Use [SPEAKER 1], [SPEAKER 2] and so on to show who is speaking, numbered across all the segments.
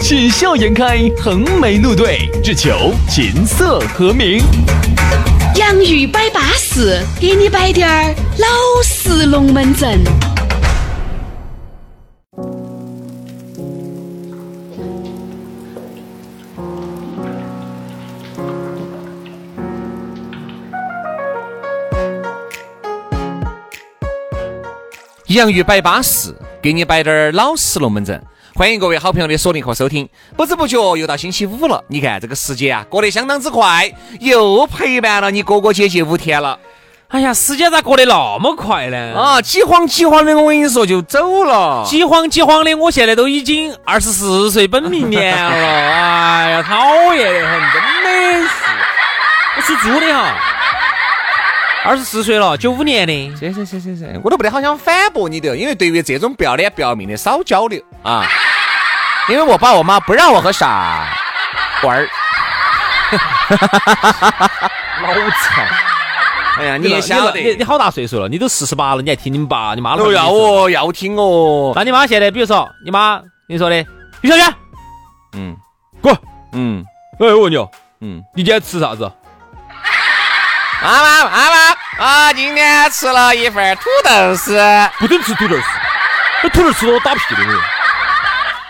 [SPEAKER 1] 喜笑颜开，横眉怒对，只求琴瑟和鸣。
[SPEAKER 2] 洋芋摆巴士，给你摆点儿老式龙门阵。
[SPEAKER 3] 洋芋摆巴适，给你摆点儿老实龙门阵。欢迎各位好朋友的锁定和收听。不知不觉又到星期五了，你看这个时间啊，过得相当之快，又陪伴了你哥哥姐姐五天了
[SPEAKER 4] 哎呀，时间咋过得那么快呢？啊，
[SPEAKER 3] 啊！几晃几晃的，我跟你说就走了。
[SPEAKER 4] 急慌急慌的，我现在都已经二十四岁本命年 了，哎呀，讨厌得很，真的是，我属猪的哈，二十四岁了，九五年的，
[SPEAKER 3] 行行行行行，我都不得好想反驳你的，因为对于这种不要脸不要命的少交流啊。因为我爸我妈不让我和傻瓜儿。
[SPEAKER 4] 老惨。
[SPEAKER 3] 哎呀，
[SPEAKER 4] 你
[SPEAKER 3] 你也晓
[SPEAKER 4] 你你
[SPEAKER 3] 得，
[SPEAKER 4] 好大岁数了，你都四十八了，你还听你们爸你妈的话？
[SPEAKER 3] 哦要哦要听哦。
[SPEAKER 4] 那你妈现在，比如说你妈你说的，于小轩，
[SPEAKER 3] 嗯
[SPEAKER 5] 滚！
[SPEAKER 3] 嗯
[SPEAKER 5] 哎，我问你，哦，
[SPEAKER 3] 嗯。
[SPEAKER 5] 你今天吃啥子？
[SPEAKER 3] 妈妈，妈妈，啊，今天吃了一份土豆丝，
[SPEAKER 5] 不准吃土豆丝，那土豆吃了我打屁的我。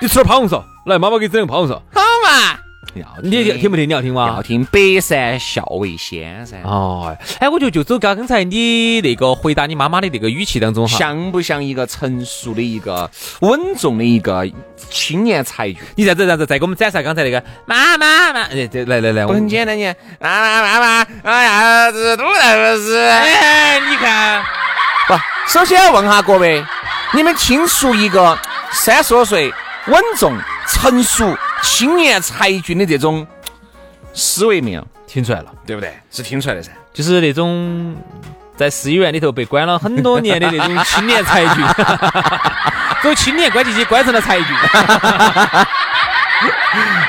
[SPEAKER 5] 你吃点趴红苕，来，妈妈给你整个趴红苕。
[SPEAKER 3] 好嘛？要
[SPEAKER 4] 你听听不听？啊你要听吗
[SPEAKER 3] 要？听北山校尉先噻，
[SPEAKER 4] 哦，哎，我觉得就走刚刚才你那个回答你妈妈的那个语气当中哈，
[SPEAKER 3] 像不像一个成熟的一个稳重的一个青年才俊？
[SPEAKER 4] 你再再再再再给我们展示下刚才那个妈妈妈，哎，这来来来，
[SPEAKER 3] 不
[SPEAKER 4] 我
[SPEAKER 3] 很简单呢，妈啊妈妈妈，哎呀，这土豆丝。
[SPEAKER 4] 哎，你看，
[SPEAKER 3] 不，首先要问下各位，你们听出一个三十多岁、稳重、成熟、青年才俊的这种思维没有？
[SPEAKER 4] 听出来了，
[SPEAKER 3] 对不对？是听出来的噻。
[SPEAKER 4] 就是那种在市医院里头被关了很多年的那种青年才 俊，走青年关进去关成了才俊，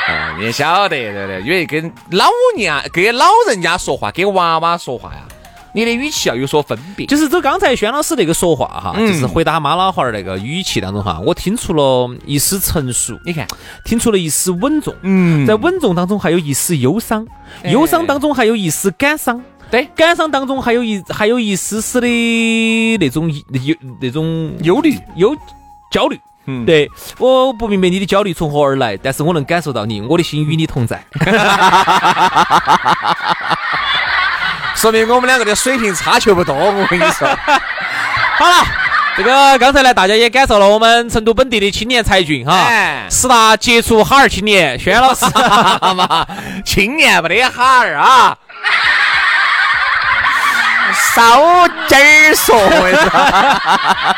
[SPEAKER 3] 啊，你也晓得对不对？因为跟老年跟老人家说话，跟娃娃说话呀，你的语气要有所分别。
[SPEAKER 4] 就是走刚才轩老师那个说话哈，
[SPEAKER 3] 嗯
[SPEAKER 4] 就是回答妈老汉儿那个语气当中哈，我听出了一丝成熟，
[SPEAKER 3] 你看，
[SPEAKER 4] 听出了一丝稳重，
[SPEAKER 3] 嗯
[SPEAKER 4] 在稳重当中还有一丝忧伤，
[SPEAKER 3] 哎
[SPEAKER 4] 忧伤当中还有一丝感伤，
[SPEAKER 3] 对
[SPEAKER 4] 感伤当中还有一还有一丝丝的那种有那种
[SPEAKER 3] 忧虑，
[SPEAKER 4] 有焦虑。
[SPEAKER 3] 嗯
[SPEAKER 4] 对，我不明白你的焦虑从何而来，但是我能感受到你，我的心与你同 在。
[SPEAKER 3] 说明我们两个的水平差球不多。我跟你说，
[SPEAKER 4] 好了，这个刚才呢，大家也感受了我们成都本地的青年才俊哈，
[SPEAKER 3] 哎，
[SPEAKER 4] 十大杰出哈尔青年，轩老 师，
[SPEAKER 3] 爸妈， 青年没得哈儿啊，少鸡儿说。我跟你说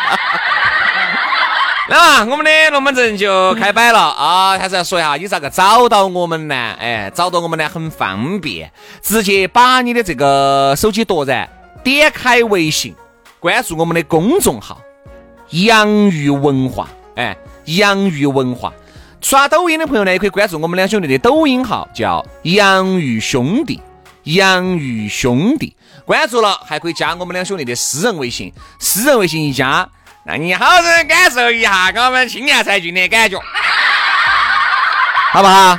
[SPEAKER 3] 那我们的龙门阵就开摆了啊！还是要说一下，你咋个找到我们呢？哎，找到我们呢很方便，直接把你的这个手机夺然点开微信，关注我们的公众号“洋芋文化”，哎，洋芋文化。刷抖音的朋友呢，也可以关注我们两兄弟的抖音号，叫“洋芋兄弟”。洋芋兄弟，关注了还可以加我们两兄弟的私人微信，私人微信一加，让你好生感受一下我们青年才俊的感觉， 好不好？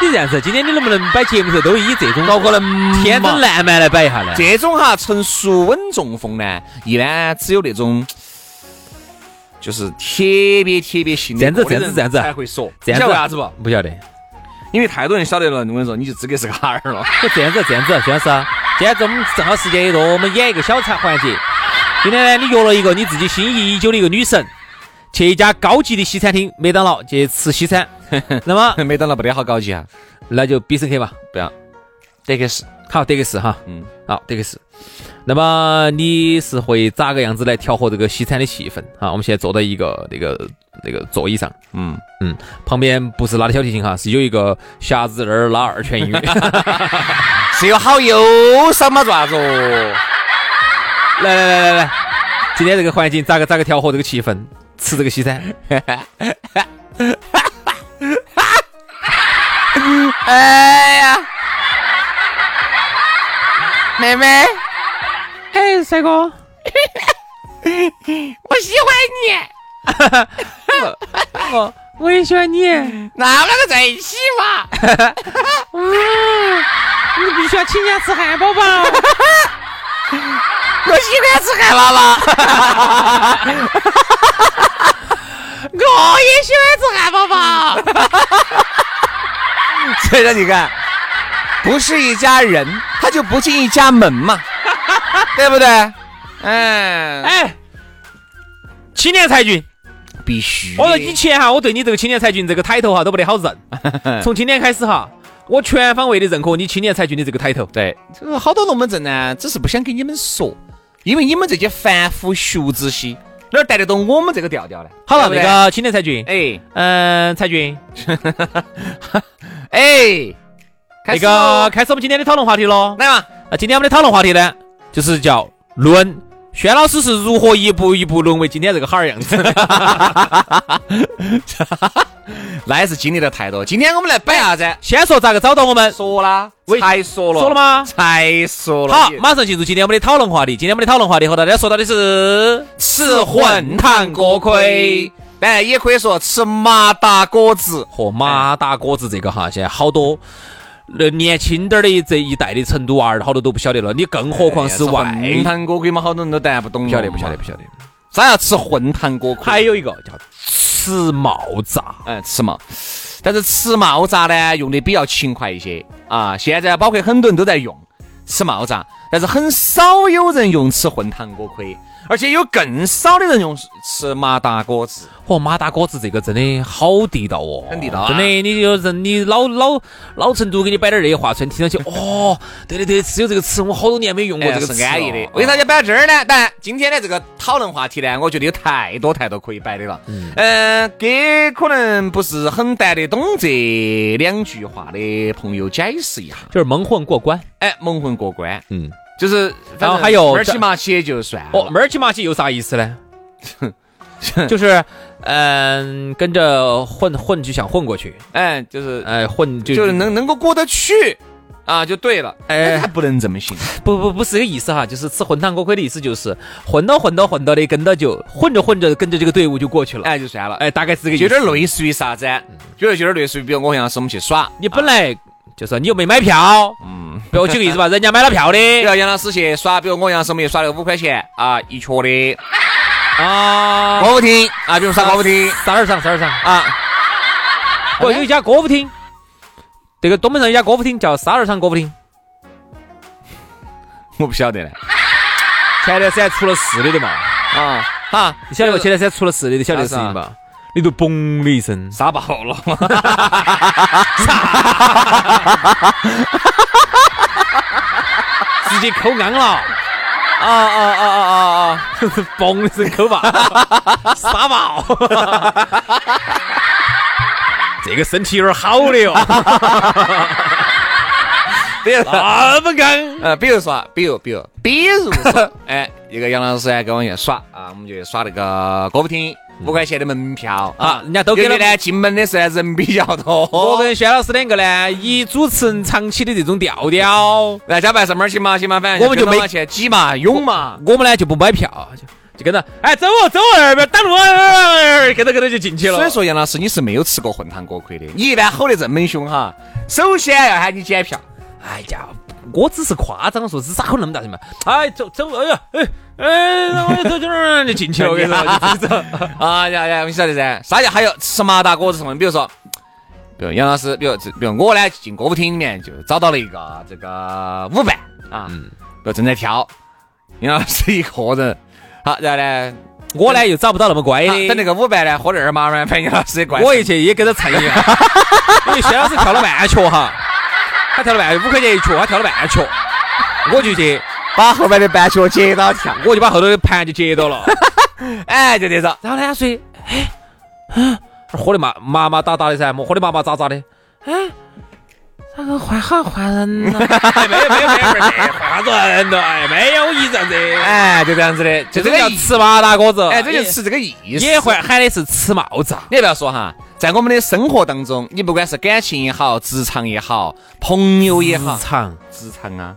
[SPEAKER 4] 你这样子，今天你能不能摆节目的时候都以这种高可能天真烂漫来摆一下呢？
[SPEAKER 3] 这种哈成熟稳重风呢，一般只有那种。就是特别特别信得
[SPEAKER 4] 这样子
[SPEAKER 3] 过的人
[SPEAKER 4] 这样子这样子
[SPEAKER 3] 才会说，
[SPEAKER 4] 这样
[SPEAKER 3] 你
[SPEAKER 4] 子啊
[SPEAKER 3] 晓得为啥子不？？
[SPEAKER 4] 不晓得。
[SPEAKER 3] 因为太多人晓得了，我跟你说，你就资格是个哈 儿了。
[SPEAKER 4] 这样子，这样子，徐老师，啊今天我们正好时间也多，我们演一个小茶环节。今天呢，你约了一个你自己心仪已久的一个女神，去一家高级的西餐厅麦当劳去吃西 餐。那么，
[SPEAKER 3] 麦当劳不得好高级啊，
[SPEAKER 4] 那就必胜客嘛，
[SPEAKER 3] 不要，这个是
[SPEAKER 4] 好，德克士哈，
[SPEAKER 3] 嗯，
[SPEAKER 4] 好，德克士。那么你是会咋个样子来调和这个西餐的气氛啊？我们现在坐在一个那个那个座椅上，
[SPEAKER 3] 嗯，
[SPEAKER 4] 嗯，旁边不是拉的小提琴哈，是有一个匣子在那儿拉二泉 映月。
[SPEAKER 3] 是有好忧伤嘛，做啥子哦？
[SPEAKER 4] 来来来来来，今天这个环境咋个咋个调和这个气氛？吃这个西餐，
[SPEAKER 3] 哎呀，妹妹，
[SPEAKER 4] 哎，帅哥，
[SPEAKER 3] 我喜欢
[SPEAKER 4] 我我也喜欢你，
[SPEAKER 3] 你，那我们两个在一起嘛？
[SPEAKER 4] 你必须要请人家吃汉堡吧？
[SPEAKER 3] 我喜欢吃汉堡包，我也喜欢吃汉堡 包。所以说，你看，不是一家人，他就不进一家门嘛，对不对？嗯，
[SPEAKER 4] 哎，青年才俊，
[SPEAKER 3] 必须
[SPEAKER 4] 我说以前哈，我对你这个青年才俊这个抬头哈都不得好 认，从今天开始哈，我全方位的认可你青年才俊的这个抬头。
[SPEAKER 3] 对，这个呃好多龙门阵呢，只是不想给你们说，因为你们这些凡夫俗子些，哪儿带得动我们这个调调呢？
[SPEAKER 4] 好了，
[SPEAKER 3] 对不
[SPEAKER 4] 那
[SPEAKER 3] 对，
[SPEAKER 4] 个青年才俊，
[SPEAKER 3] 哎
[SPEAKER 4] 嗯，才俊，
[SPEAKER 3] 哎，开
[SPEAKER 4] 那
[SPEAKER 3] 始喽
[SPEAKER 4] 个开始我们今天的讨论话题喽。
[SPEAKER 3] 来嘛，
[SPEAKER 4] 那今天我们的讨论话题呢，就是叫论轩老师是如何一步一步沦为今天这个哈儿样子 的。
[SPEAKER 3] 那也是经历了太多。今天我们来摆啥子？
[SPEAKER 4] 先说咋个找到我们，
[SPEAKER 3] 说啦，
[SPEAKER 4] 喂
[SPEAKER 3] 才说了，
[SPEAKER 4] 说了？吗？
[SPEAKER 3] 才说了。
[SPEAKER 4] 好，马上进入今天我们的讨论话题。今天我们的讨论话题和大家说到的是
[SPEAKER 3] 吃混糖锅盔，哎，也可以说吃麻达果子。
[SPEAKER 4] 和马打果子这个哈，现在好多。那年轻点儿的这一代的成都娃儿，好多都不晓得了。你更何
[SPEAKER 3] 哎
[SPEAKER 4] 况是外
[SPEAKER 3] 混
[SPEAKER 4] 滩，
[SPEAKER 3] 糖锅盔嘛，好多人都谈不懂。
[SPEAKER 4] 不晓得，不
[SPEAKER 3] 嗯
[SPEAKER 4] 晓得，不晓得。
[SPEAKER 3] 啥要吃混糖锅盔？
[SPEAKER 4] 还有一个叫吃冒炸，
[SPEAKER 3] 嗯，吃嘛，但是吃冒炸呢，用的比较勤快一些啊。现在包括很多人都在用吃冒炸，但是很少有人用吃混糖锅盔，而且有更少的人用吃麻达果子。
[SPEAKER 4] 嚯，马打果子这个真的好地道哦，
[SPEAKER 3] 很地道啊
[SPEAKER 4] 真的，你有人你老老老成都给你摆点这些话，突然听上去，哦，对对对，是有这个词，我好多年没用过
[SPEAKER 3] 哎
[SPEAKER 4] 这个词
[SPEAKER 3] 是
[SPEAKER 4] 了
[SPEAKER 3] 安逸的。为啥？要摆这儿呢？但今天的这个讨论话题呢，我觉得有太多太多可以摆的了。嗯，给可能不是很谈得懂这两句话的朋友解释一下。
[SPEAKER 4] 就是蒙混过关。
[SPEAKER 3] 哎，蒙混过关，
[SPEAKER 4] 嗯，
[SPEAKER 3] 就是
[SPEAKER 4] 然后还有
[SPEAKER 3] 玩起麻起也就算了。
[SPEAKER 4] 哦，门儿起马起有啥意思 呢？就是，嗯、跟着混混就想混过去，
[SPEAKER 3] 哎，就是
[SPEAKER 4] 哎、混就
[SPEAKER 3] 就是能能够过得去啊，就对了。
[SPEAKER 4] 哎
[SPEAKER 3] 但还不能这么行，
[SPEAKER 4] 不不不是这个意思哈，就是吃混汤锅盔的意思，就是混到混到混到的，跟到就混着混着跟着这个队伍就过去了。哎
[SPEAKER 3] 哎，就算了，哎，
[SPEAKER 4] 哎，大概是这个意思。
[SPEAKER 3] 有点类似于啥子？有点有点类似于，比如我像是我们去耍，
[SPEAKER 4] 你本来就是你又没买票，啊嗯，比如举个例子 吧，人家买了票的
[SPEAKER 3] 比如杨老师去耍，比如我杨师我们去耍那个五块钱啊一角的
[SPEAKER 4] 啊，
[SPEAKER 3] 歌舞厅啊，比如耍歌舞厅
[SPEAKER 4] 啥二上啥二上，
[SPEAKER 3] 啊，
[SPEAKER 4] 不有一家歌舞厅，这个东门上有一家歌舞厅叫沙二厂歌舞厅，
[SPEAKER 3] 我不晓得嘞
[SPEAKER 4] 前段时间出了事的的嘛，
[SPEAKER 3] 啊啊，
[SPEAKER 4] 你晓得不？前段时间出了事的，你晓得这个事啊情吧？你都嘣的一声，
[SPEAKER 3] 杀爆了，
[SPEAKER 4] 啊 直接抠安了，
[SPEAKER 3] 啊啊啊啊啊！
[SPEAKER 4] 嘣一声抠爆，沙爆，这个身体有点好的哟，
[SPEAKER 3] 比如说，
[SPEAKER 4] 那么干，
[SPEAKER 3] 呃，比如说，比如，比如，比如说， 哎，一个杨老师呢跟我去耍啊，我们就去耍那个歌舞厅，五块钱的门票
[SPEAKER 4] 啊人家都给
[SPEAKER 3] 尤
[SPEAKER 4] 了
[SPEAKER 3] 其呢，进门的时候呢人比较多，
[SPEAKER 4] 我跟轩老师两个呢，以主持人长期的这种调调，
[SPEAKER 3] 来加班上班去嘛，去嘛，反
[SPEAKER 4] 我
[SPEAKER 3] 正
[SPEAKER 4] 们就没
[SPEAKER 3] 跟他去挤嘛，
[SPEAKER 4] 懂
[SPEAKER 3] 涌嘛，
[SPEAKER 4] 我们呢就不买票，就就跟着，哎，走哦，走哦，不要挡路哦，跟着跟着就进去了。
[SPEAKER 3] 所以说，杨老师你是没有吃过混汤锅盔的，你一般吼得这么凶哈，首先要喊你检 票，
[SPEAKER 4] 哎呀，我只是夸张说，是咋可能那么大声嘛？哎，走走，哎呀，哎哎，我走走就进 去了，我跟你说，就走。
[SPEAKER 3] 啊呀呀，你晓得噻？啥叫还有吃麻达果子什么？比如说，比如杨老师，比如这比如我呢，进歌舞厅里面就找到了一个这个舞伴啊，比如正在跳，杨老师一个人，好，然后呢，
[SPEAKER 4] 我呢又找不到那么乖
[SPEAKER 3] 啊
[SPEAKER 4] 的，
[SPEAKER 3] 等那个舞伴呢喝点儿麻烦，把杨老师也灌
[SPEAKER 4] 我一去也跟着蹭一样， 因为薛老师跳了半圈哈，他跳了半五块钱一圈，他跳了半圈，我就去
[SPEAKER 3] 把后面的半脚接到跳，
[SPEAKER 4] 我就把后头的盘就截到了。
[SPEAKER 3] 哎，就这种。
[SPEAKER 4] 然后呢，他说，哎，啊，喝的麻麻麻哒哒的噻，没喝的麻麻扎扎的，哎，咋个换好换人了？没有没有没有没有，换啥子人了？哎，没有一人的，哎，
[SPEAKER 3] 哎，就这样子的，就
[SPEAKER 4] 这个
[SPEAKER 3] 这个
[SPEAKER 4] 叫
[SPEAKER 3] 意思。
[SPEAKER 4] 吃麻辣锅子，
[SPEAKER 3] 哎，这就是这个意思。
[SPEAKER 4] 也换喊的是吃帽子，
[SPEAKER 3] 你也不要说哈，在我们的生活当中，你不管是感情也好，职场也好，朋友也好
[SPEAKER 4] 职，场，
[SPEAKER 3] 职场啊，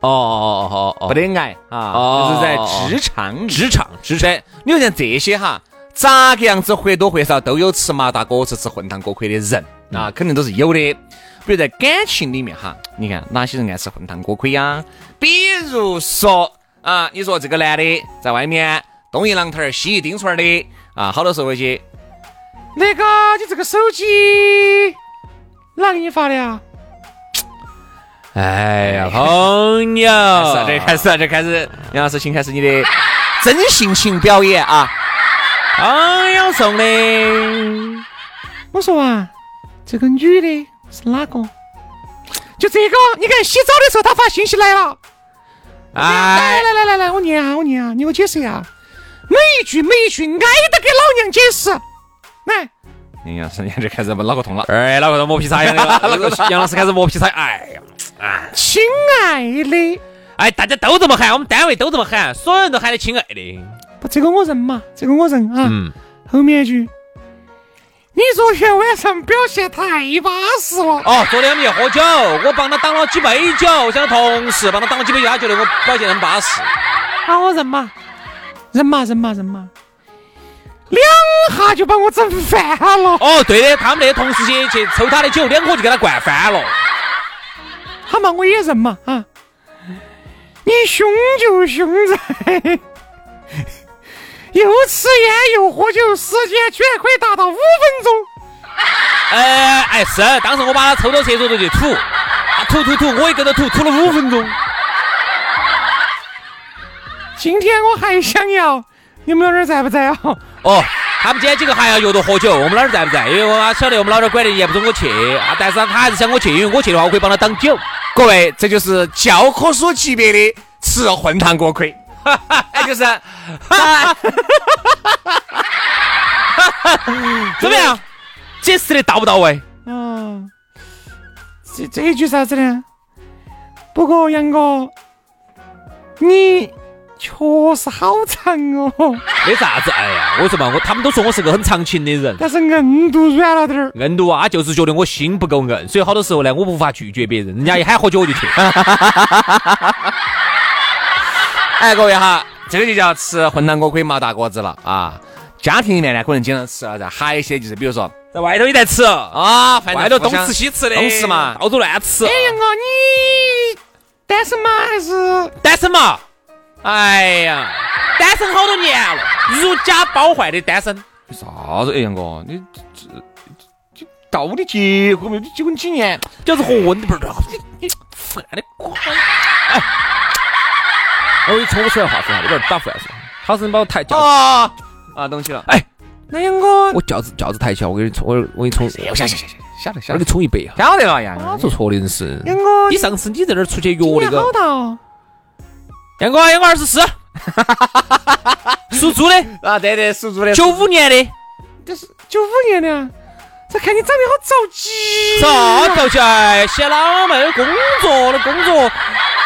[SPEAKER 4] 哦哦哦哦
[SPEAKER 3] 不
[SPEAKER 4] 哦，
[SPEAKER 3] 得爱啊，
[SPEAKER 4] 哦
[SPEAKER 3] 就是在职场里。
[SPEAKER 4] 职场职场，
[SPEAKER 3] 对，你说像这些哈，咋个样子或多或少都有吃麻大锅子、吃混汤锅盔的人
[SPEAKER 4] 嗯
[SPEAKER 3] 啊，肯定都是有的。比如在感情里面哈，你看哪些人爱吃混汤锅盔呀？比如说啊，你说这个男的在外面东一榔头儿西一钉锤儿的啊，好多时候去，那个你这个手机哪给你发的啊呀？
[SPEAKER 4] 哎呀，朋友，
[SPEAKER 3] 是啊，这开始啊，这开始，杨老师，请开始你的真性情表演啊！
[SPEAKER 4] 朋友送的。
[SPEAKER 3] 我说啊，这个女的是哪个？就这个，你看洗澡的时候她发信息来了。
[SPEAKER 4] 哎，
[SPEAKER 3] 来来来来，我念啊，我念啊，你给我解释一下，每一句每一句挨着给老娘解释。来，哎呀，人家就开始把脑壳痛了。
[SPEAKER 4] 哎，老个磨皮擦痒的了，杨老师开始磨皮擦，哎呀，
[SPEAKER 3] 亲爱的，
[SPEAKER 4] 哎，大家都这么喊，我们单位都这么喊，所有人都喊的亲爱的，
[SPEAKER 6] 不，这个我认嘛，这个我认啊。
[SPEAKER 4] 嗯，
[SPEAKER 6] 后面一句，你昨天晚上表现太巴适了。
[SPEAKER 4] 哦，昨天我们去喝酒，我帮他挡了几杯酒，我想同事帮他挡了几杯酒，他觉得我表现得很巴适，
[SPEAKER 6] 啊，我认嘛，认嘛，认嘛，认嘛。两下就把我整翻了，
[SPEAKER 4] 哦，对的，他们那些同事些去抽他的酒，两口就给他灌翻了，
[SPEAKER 6] 好嘛，我也认嘛啊。你凶就凶在， 又吃烟又喝酒，时间居然可以达到五分钟。
[SPEAKER 4] 哎哎是，当时我把他抽到厕所头去吐，啊吐吐吐，我也跟着吐，吐了五分钟，
[SPEAKER 6] 今天我还想要，你们老点在不在啊？
[SPEAKER 4] 哦。他们今天几个还要约着喝酒，我们老儿在不在？因为我妈晓得我们老儿管得严，不准我去啊。但是他还是想我去，因为我去的话，我可以帮他挡酒。
[SPEAKER 3] 各位，这就是教科书级别的吃混汤 锅盔。哎，就是，
[SPEAKER 4] 怎么样？解释的到不到位？
[SPEAKER 6] 啊，这这一句啥子呢？不过杨哥，你确实好长哦，
[SPEAKER 4] 没啥子，哎呀，我说嘛，我他们都说我是个很长情的人，
[SPEAKER 6] 但是硬度软了点儿。
[SPEAKER 4] 硬度啊，就是觉得我心不够硬，所以好多时候呢，我无法拒绝别人，人家一喊喝酒我就去。
[SPEAKER 3] 哎，各位哈，这个就叫吃混汤锅盔、麻大锅子了啊。家庭里面呢，可能经常吃啊，然后还有一些就是比如说
[SPEAKER 4] 在外头也在吃，
[SPEAKER 3] 啊，反正
[SPEAKER 4] 外头
[SPEAKER 3] 互
[SPEAKER 4] 东
[SPEAKER 3] 相
[SPEAKER 4] 吃西吃的，
[SPEAKER 3] 东吃嘛
[SPEAKER 4] 到处乱吃。
[SPEAKER 6] 哎，杨哥，你单身吗？还是
[SPEAKER 4] 单身嘛，哎呀，单身好多年了，如家包坏的单身。
[SPEAKER 3] 啥子？哎，杨哥，你这这到底结婚没有？你结婚几年？
[SPEAKER 4] 就是和温的不是， 哎你烦的快。哎，我又冲不出来话说哈，有点打饭说，好生把我抬轿子，
[SPEAKER 3] 啊啊，懂起了。哎，
[SPEAKER 6] 那杨哥？
[SPEAKER 4] 我轿子轿子抬起来，我给你冲，我我给你冲，
[SPEAKER 3] 我晓得晓得晓得
[SPEAKER 4] 我
[SPEAKER 3] 晓
[SPEAKER 4] 给你
[SPEAKER 3] 得
[SPEAKER 4] 冲一百哈。
[SPEAKER 3] 晓得了，杨
[SPEAKER 4] 哪
[SPEAKER 3] 哥。
[SPEAKER 4] 做错的人是？
[SPEAKER 6] 杨哥，
[SPEAKER 4] 你上次你在那儿出去约
[SPEAKER 6] 今
[SPEAKER 4] 那
[SPEAKER 6] 年好
[SPEAKER 4] 个
[SPEAKER 6] 大哦！
[SPEAKER 4] 杨哥，杨哥二十四，属猪的，
[SPEAKER 3] 啊，对对，属猪的。
[SPEAKER 4] 九五年的，
[SPEAKER 6] 这是九五年的啊，这看你长得好着急。
[SPEAKER 4] 咋着急？哎嫌老妹儿工作的工作，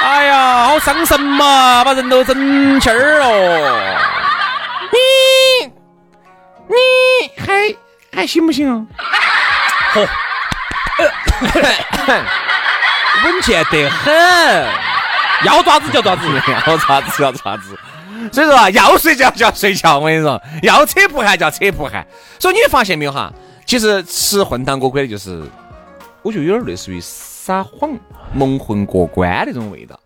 [SPEAKER 4] 哎呀，好伤神嘛，把人都整气儿哦了。
[SPEAKER 6] 你你还还行不行啊？
[SPEAKER 4] 稳健得很，要爪子就爪子，
[SPEAKER 3] 要 啥子要啥子。所以说啊，要睡觉就要睡觉，我跟你说，要扯不喊就要扯不喊。所以你发现没有哈？其实吃混汤锅盔的就是，我觉得有点类似于撒谎、蒙混过关那种味道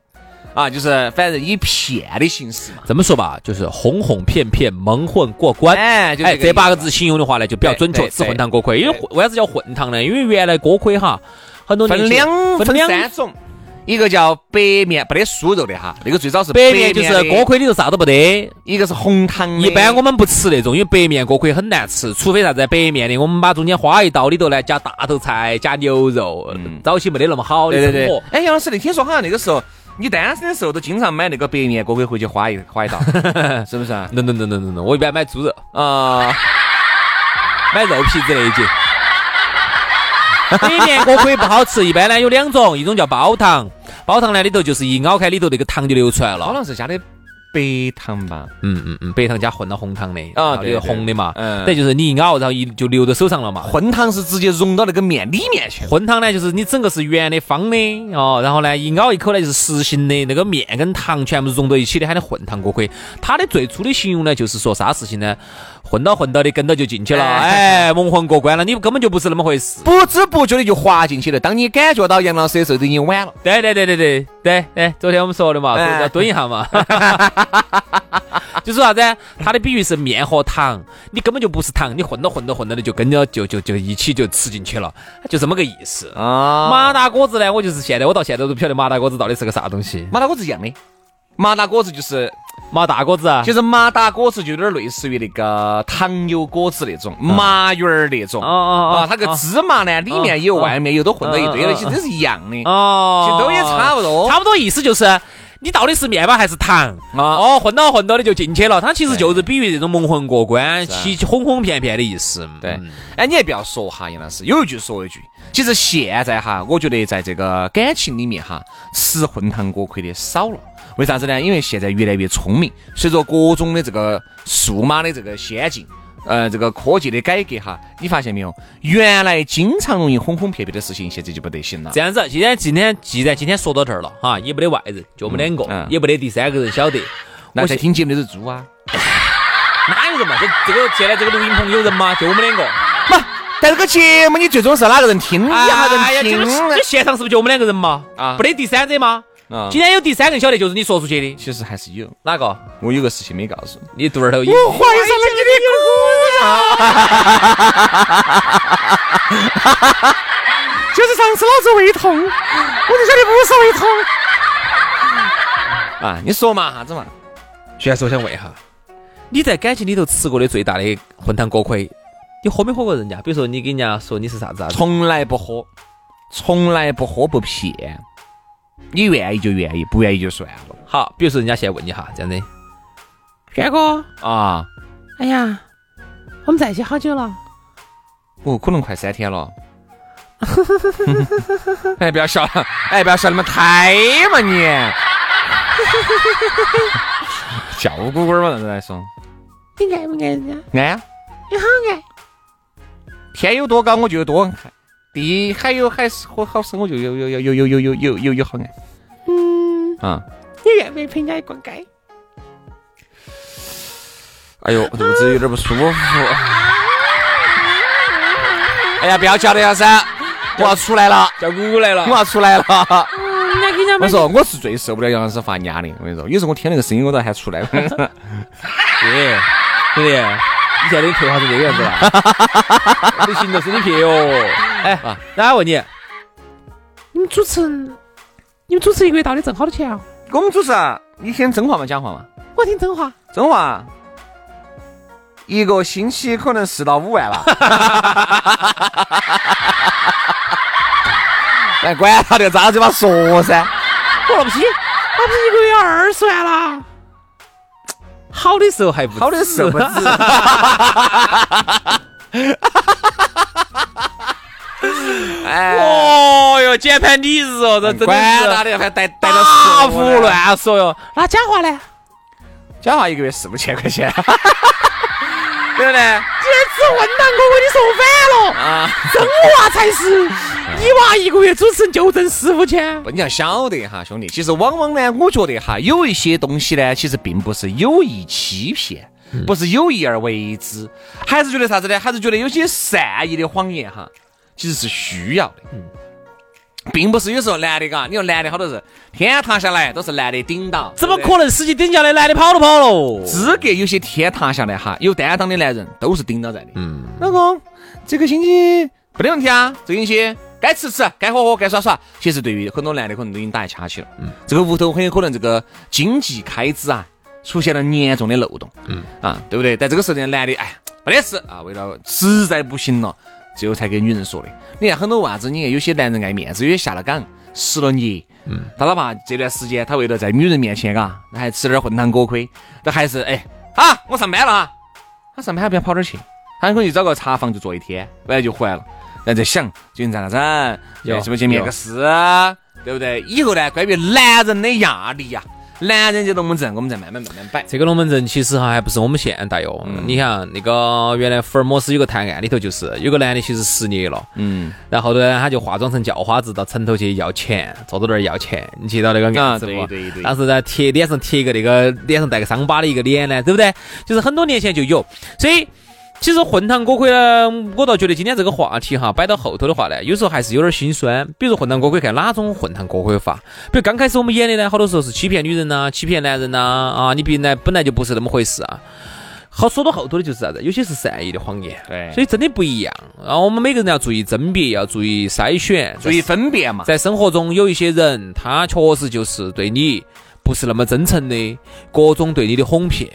[SPEAKER 3] 啊，就是反正以骗的形式嘛。
[SPEAKER 4] 这么说吧，就是哄哄骗骗，蒙混过关。
[SPEAKER 3] 哎就这个
[SPEAKER 4] 哎，
[SPEAKER 3] 意思
[SPEAKER 4] 这八个字形容的话呢，就比较准确，
[SPEAKER 3] 对对
[SPEAKER 4] 吃混汤锅盔。
[SPEAKER 3] 对
[SPEAKER 4] 因为混为啥子叫混汤呢？因为原来锅盔哈，很多年
[SPEAKER 3] 分
[SPEAKER 4] 前
[SPEAKER 3] 两
[SPEAKER 4] 分
[SPEAKER 3] 分
[SPEAKER 4] 两
[SPEAKER 3] 三种，一个叫白面，没得酥肉的哈，那个最早是
[SPEAKER 4] 白面就
[SPEAKER 3] 的嗯
[SPEAKER 4] 是锅，盔里头啥都不得，
[SPEAKER 3] 一个是红糖的。
[SPEAKER 4] 一般我们不吃那种，因为白面锅盔很难吃，除非啥子白面的，我们把中间花一刀里头呢加大头菜、加牛肉，早期没得那么好的生
[SPEAKER 3] 对对嗯对
[SPEAKER 4] 活。。
[SPEAKER 3] 哎，杨老师，你听说好像那个时候你单身的时候都经常买那个白面锅盔回去花一花一 道，是不是啊？
[SPEAKER 4] 能能能能能能，我一般买猪肉，
[SPEAKER 3] 啊，
[SPEAKER 4] 买肉皮之类的。里面锅盔不好吃，一般呢有两种，一种叫煲糖，煲糖呢里头就是一咬开里头那个糖就流出来
[SPEAKER 3] 好
[SPEAKER 4] 了，
[SPEAKER 3] 像是加的白糖吧？
[SPEAKER 4] 嗯嗯嗯，白糖加混了红糖的，
[SPEAKER 3] 啊
[SPEAKER 4] 然后
[SPEAKER 3] 对
[SPEAKER 4] 就
[SPEAKER 3] 对
[SPEAKER 4] 红的嘛，
[SPEAKER 3] 嗯
[SPEAKER 4] 等于就是你一咬，然后一就流到手上了嘛。
[SPEAKER 3] 混汤是直接融到那个面里面去了。
[SPEAKER 4] 混汤呢，就是你整个是圆的、方的哦，然后呢，一咬一口呢就是实心的，那个面跟糖全部融到一起的，喊的混汤锅盔。它的最初的形容呢，就是说啥事情呢，混到混到的跟到就进去了，
[SPEAKER 3] 哎
[SPEAKER 4] 哎，蒙混过关了，你根本就不是那么回事。
[SPEAKER 3] 不知不觉的就滑进去了。当你感觉到杨老师的时候，都已经晚了。
[SPEAKER 4] 对对对对对对，哎，昨天我们说的嘛，说
[SPEAKER 3] 哎
[SPEAKER 4] 要蹲一下嘛， 就说啥子？它的比喻是面和糖，你根本就不是糖，你混到混到混到的就跟着就就就一起就吃进去了，就这么个意思。
[SPEAKER 3] 啊
[SPEAKER 4] 麻辣锅子呢，我就是现在我到现在都不晓得麻辣锅子到底是个啥东西。
[SPEAKER 3] 麻辣锅子一样的，麻辣锅子就是，
[SPEAKER 4] 麻大锅子啊，
[SPEAKER 3] 其实麻辣锅子就有点类似于那个糖油锅子那种，麻圆儿那种。
[SPEAKER 4] 哦哦哦
[SPEAKER 3] 啊，它个芝麻呢，里面有，
[SPEAKER 4] 哦
[SPEAKER 3] 外面有，都混到一堆
[SPEAKER 4] 哦
[SPEAKER 3] 了，
[SPEAKER 4] 哦
[SPEAKER 3] 其实都是一样的，
[SPEAKER 4] 哦，
[SPEAKER 3] 其实都也差不多。啊
[SPEAKER 4] 差不多意思就是。你到底是面包还是糖？哦，混到混到的就进去了。它其实就是比喻这种蒙混过关、起哄哄骗骗的意思。
[SPEAKER 3] 对
[SPEAKER 4] 嗯，
[SPEAKER 3] 哎，你还不要说哈，杨老师，有一句说一句。其实现在哈，我觉得在这个感情里面哈，吃混汤锅盔的少了。为啥子呢？因为现在越来越聪明，随着各种的这个数码的这个先进，呃，这个科技的改革哈，你发现没有？原来经常容易哄哄骗骗的事情，现在就不得行了。
[SPEAKER 4] 这样子，既然今天既然今天说到这儿了哈，也没得外人，就我们两
[SPEAKER 3] 嗯
[SPEAKER 4] 个
[SPEAKER 3] 嗯，
[SPEAKER 4] 也没得第三个人晓得。
[SPEAKER 3] 那
[SPEAKER 4] 我
[SPEAKER 3] 在
[SPEAKER 4] 现
[SPEAKER 3] 听节目的是猪啊，
[SPEAKER 4] 哪有人嘛？这这个现在这个录音棚有人吗？就我们两个。
[SPEAKER 3] 但这个节目你最终是哪个人听，哪
[SPEAKER 4] 哎
[SPEAKER 3] 个
[SPEAKER 4] 呀，
[SPEAKER 3] 人
[SPEAKER 4] 这
[SPEAKER 3] 听
[SPEAKER 4] 个这现场是不是就我们两个人嘛？
[SPEAKER 3] 啊
[SPEAKER 4] 没得第三者吗？
[SPEAKER 3] 啊
[SPEAKER 4] 今天有第三个人晓得，就是你说出去的
[SPEAKER 3] 其实还是有，
[SPEAKER 4] 哪个？
[SPEAKER 3] 我有个事情没告诉你。
[SPEAKER 4] 你肚儿头一。
[SPEAKER 3] 我怀上了你的骨啊！
[SPEAKER 6] 啊 就是上次老子胃痛，我就晓得不是胃痛。
[SPEAKER 3] 啊，你说嘛，啥子嘛？
[SPEAKER 4] 徐老师，我想问一下，你在感情里头吃过的最大的混汤锅盔，你喝没喝过人家？比如说你给人家说你是啥子啊？
[SPEAKER 3] 从来不喝，从来不喝不骗。你愿意就愿意，不愿意就算了
[SPEAKER 4] 好，比如说人家现在问你哈，这样的，
[SPEAKER 6] 轩哥，
[SPEAKER 3] 啊。
[SPEAKER 6] 哎呀，我们在一起好久了？
[SPEAKER 3] 哦，可能快三天了。 哎，不要笑了，哎，不要笑那么开嘛 你。笑鼓鼓嘛，那来说，
[SPEAKER 6] 你爱不爱人家？
[SPEAKER 3] 爱呀，
[SPEAKER 6] 你好爱。
[SPEAKER 3] 天有多高我就有多爱，地还有海是好好深我就有有有有有有有有有有好爱
[SPEAKER 6] 嗯，
[SPEAKER 3] 啊。
[SPEAKER 6] 你愿不愿意陪人家逛街？
[SPEAKER 3] 哎呦，肚子有点不舒服。哎呀，不要叫了，要噻，我要出来了，
[SPEAKER 4] 叫姑姑来了
[SPEAKER 3] 我要出来了。
[SPEAKER 6] 嗯，人家给人家
[SPEAKER 3] 我说我是最受不了杨老师发嗲的，我跟你说，有时候我听那个声音我都喊出来。
[SPEAKER 4] 对，兄弟，你现在的头发是这个样子了，你行头是你撇哦。 哎，那我问你，
[SPEAKER 6] 你们主持人，你们主持一个月到底挣好多钱啊？
[SPEAKER 3] 我们主持人，你听真话吗？假话吗？
[SPEAKER 6] 我听真话，
[SPEAKER 3] 真话，一个星期可能四到五万吧。 哎，管他的，张嘴巴说噻。
[SPEAKER 6] 我那不是，那不是一个月二十万啦？
[SPEAKER 4] 好的时候还不
[SPEAKER 3] 好的是不止。哎，
[SPEAKER 4] 哦哟，键盘你日哦， 这真
[SPEAKER 3] 管
[SPEAKER 4] 的
[SPEAKER 3] 他
[SPEAKER 4] 是
[SPEAKER 3] 的，还带带到
[SPEAKER 4] 大胡。乱说哟。
[SPEAKER 6] 那假话呢？
[SPEAKER 3] 讲话一个月四五千块 钱，对不对？
[SPEAKER 6] 只混蛋哥哥，你说反了，
[SPEAKER 3] 啊，
[SPEAKER 6] 真娃才是，你娃一个月主持人就挣四五千，
[SPEAKER 3] 不，你要晓得哈，兄弟，其实往往呢，我觉得哈，有一些东西呢，其实并不是有意欺骗。
[SPEAKER 4] 嗯
[SPEAKER 3] 不是有意而为之，还是觉得啥子呢？还是觉得有些善意的谎言哈，其实是需要的，
[SPEAKER 4] 嗯
[SPEAKER 3] 并不是有时候男的嘎，你说男的好多是天塌下来都是男的顶到，
[SPEAKER 4] 怎么
[SPEAKER 3] 对不对
[SPEAKER 4] 可能司机顶下来，男的跑都跑了？
[SPEAKER 3] 资格有些天塌下来哈，有担当的男人都是顶到在的。
[SPEAKER 4] 嗯，
[SPEAKER 3] 老公，这个星期没得问题啊，这个星期该吃吃，该喝喝，该耍耍。其实对于很多男的可能都已经打一掐起了，嗯，这个屋头很有可能这个经济开支啊出现了严重的漏洞，嗯啊，对不对？但这个时候呢，男的哎没得事啊，为了实在不行了，最后才给女人说的。你看很多为啥子？你看有些男人爱面子，有些下了岗，失了业，嗯，他哪怕这段时间他为了在女人面前，嘎，那还吃点混汤锅盔，那还是哎，啊，我上班了啊，他上班还不想跑哪儿去？他可以找个茶房就坐一天，晚上就回来了。然后在想究竟咋咋整，
[SPEAKER 4] 有
[SPEAKER 3] 是不是去面个试，对不对？以后呢，关于男人的压力呀、男人这龙门阵，我们再慢慢慢慢摆。
[SPEAKER 4] 这个龙门阵其实哈还不是我们现代哟。你看那个原来福尔摩斯有个探案里头就是有个男的其实失业了，
[SPEAKER 3] 嗯，
[SPEAKER 4] 然后呢他就化妆成叫花子到城头去要钱，坐到那儿要钱。你记到那个
[SPEAKER 3] 啊
[SPEAKER 4] 案子不？
[SPEAKER 3] 对对对
[SPEAKER 4] 当时呢贴脸上贴一个那个脸上带个伤疤的一个脸呢，对不对？就是很多年前就有，所以。其实混汤锅盔呢，我倒觉得今天这个话题哈，摆到后头的话呢，有时候还是有点心酸。比如说混汤锅盔，看哪种混汤锅盔法？比如刚开始我们演的呢，好多时候是欺骗女人呐、欺骗男人呐、啊，你本来本来就不是那么回事啊。好，说到后头的就是啥子？有些是善意的谎言，
[SPEAKER 3] 对
[SPEAKER 4] 所以真的不一样。然后我们每个人要注意甄别，要注意筛选，
[SPEAKER 3] 注意分辨嘛。
[SPEAKER 4] 在生活中有一些人，他确实就是对你不是那么真诚的，各种对你的哄骗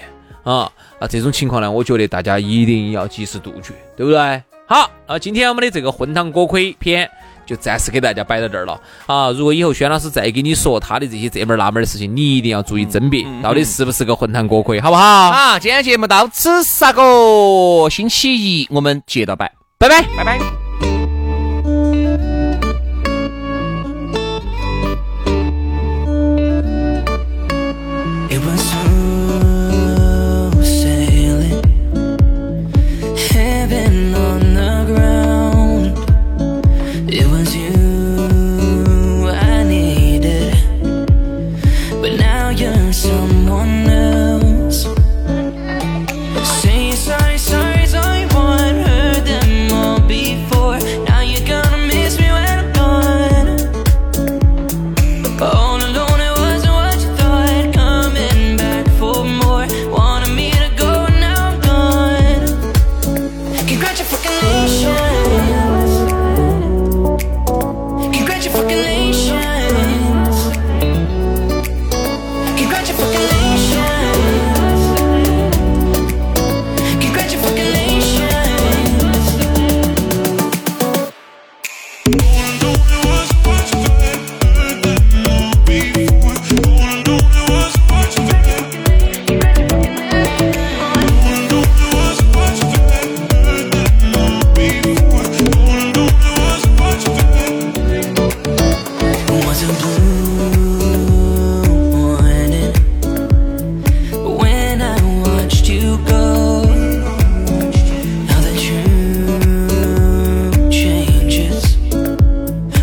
[SPEAKER 4] 啊啊，这种情况呢，我觉得大家一定要及时杜绝，对不对？好，啊，今天我们的这个混汤锅盔篇就暂时给大家摆到这儿了啊。如果以后轩老师再给你说他的这些这门儿那门儿的事情，你一定要注意甄别，到底是不是个混汤锅盔，好不好？
[SPEAKER 3] 好，啊今天节目到此，杀个星期一我们接着摆，
[SPEAKER 4] 拜拜。
[SPEAKER 3] 拜拜。
[SPEAKER 7] It was smooth sailing, heaven on the ground. It was you I needed, but now you're someone else. Say you're sorry, sorry, sorry, one heard them all before. Now you're gonna miss me when I'm gone. All alone, it wasn't what you thought. Coming back for more. Wanted me to go, and now I'm gone. Congratulations. Congratulations. Congratulations. Congratulations. Was a blue morning when I watched you go. Now the truth changes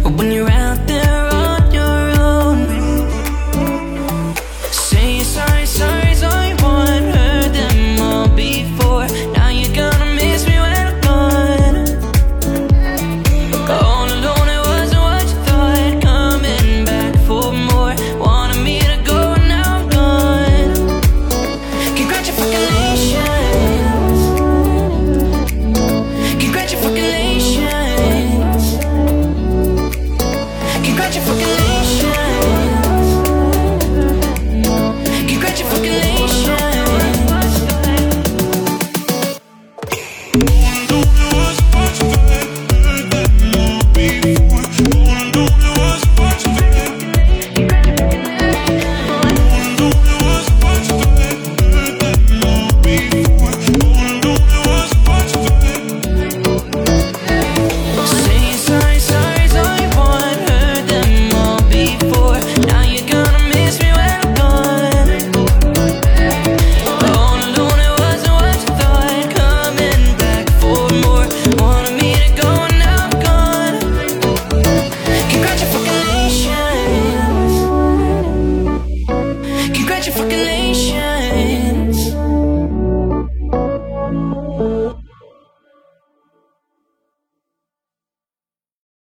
[SPEAKER 7] when you're out there on your own. Say you're sorry, sorry, sorry, one heard them all before. Now you're gonna miss me when I'm gone. All alone, it wasn't what you thought. Coming back for more. Wanted me to go, and now I'm gone. Congratulations. Congratulations. Congratulations. Congratulations. Say sorry, sorry, sorry, one heard them all before. Now you're gonna miss me when I'm gone. All alone, it wasn't what you thought. Coming back for more. Wanted me to go, and now I'm gone. Congratulations. Congratulations.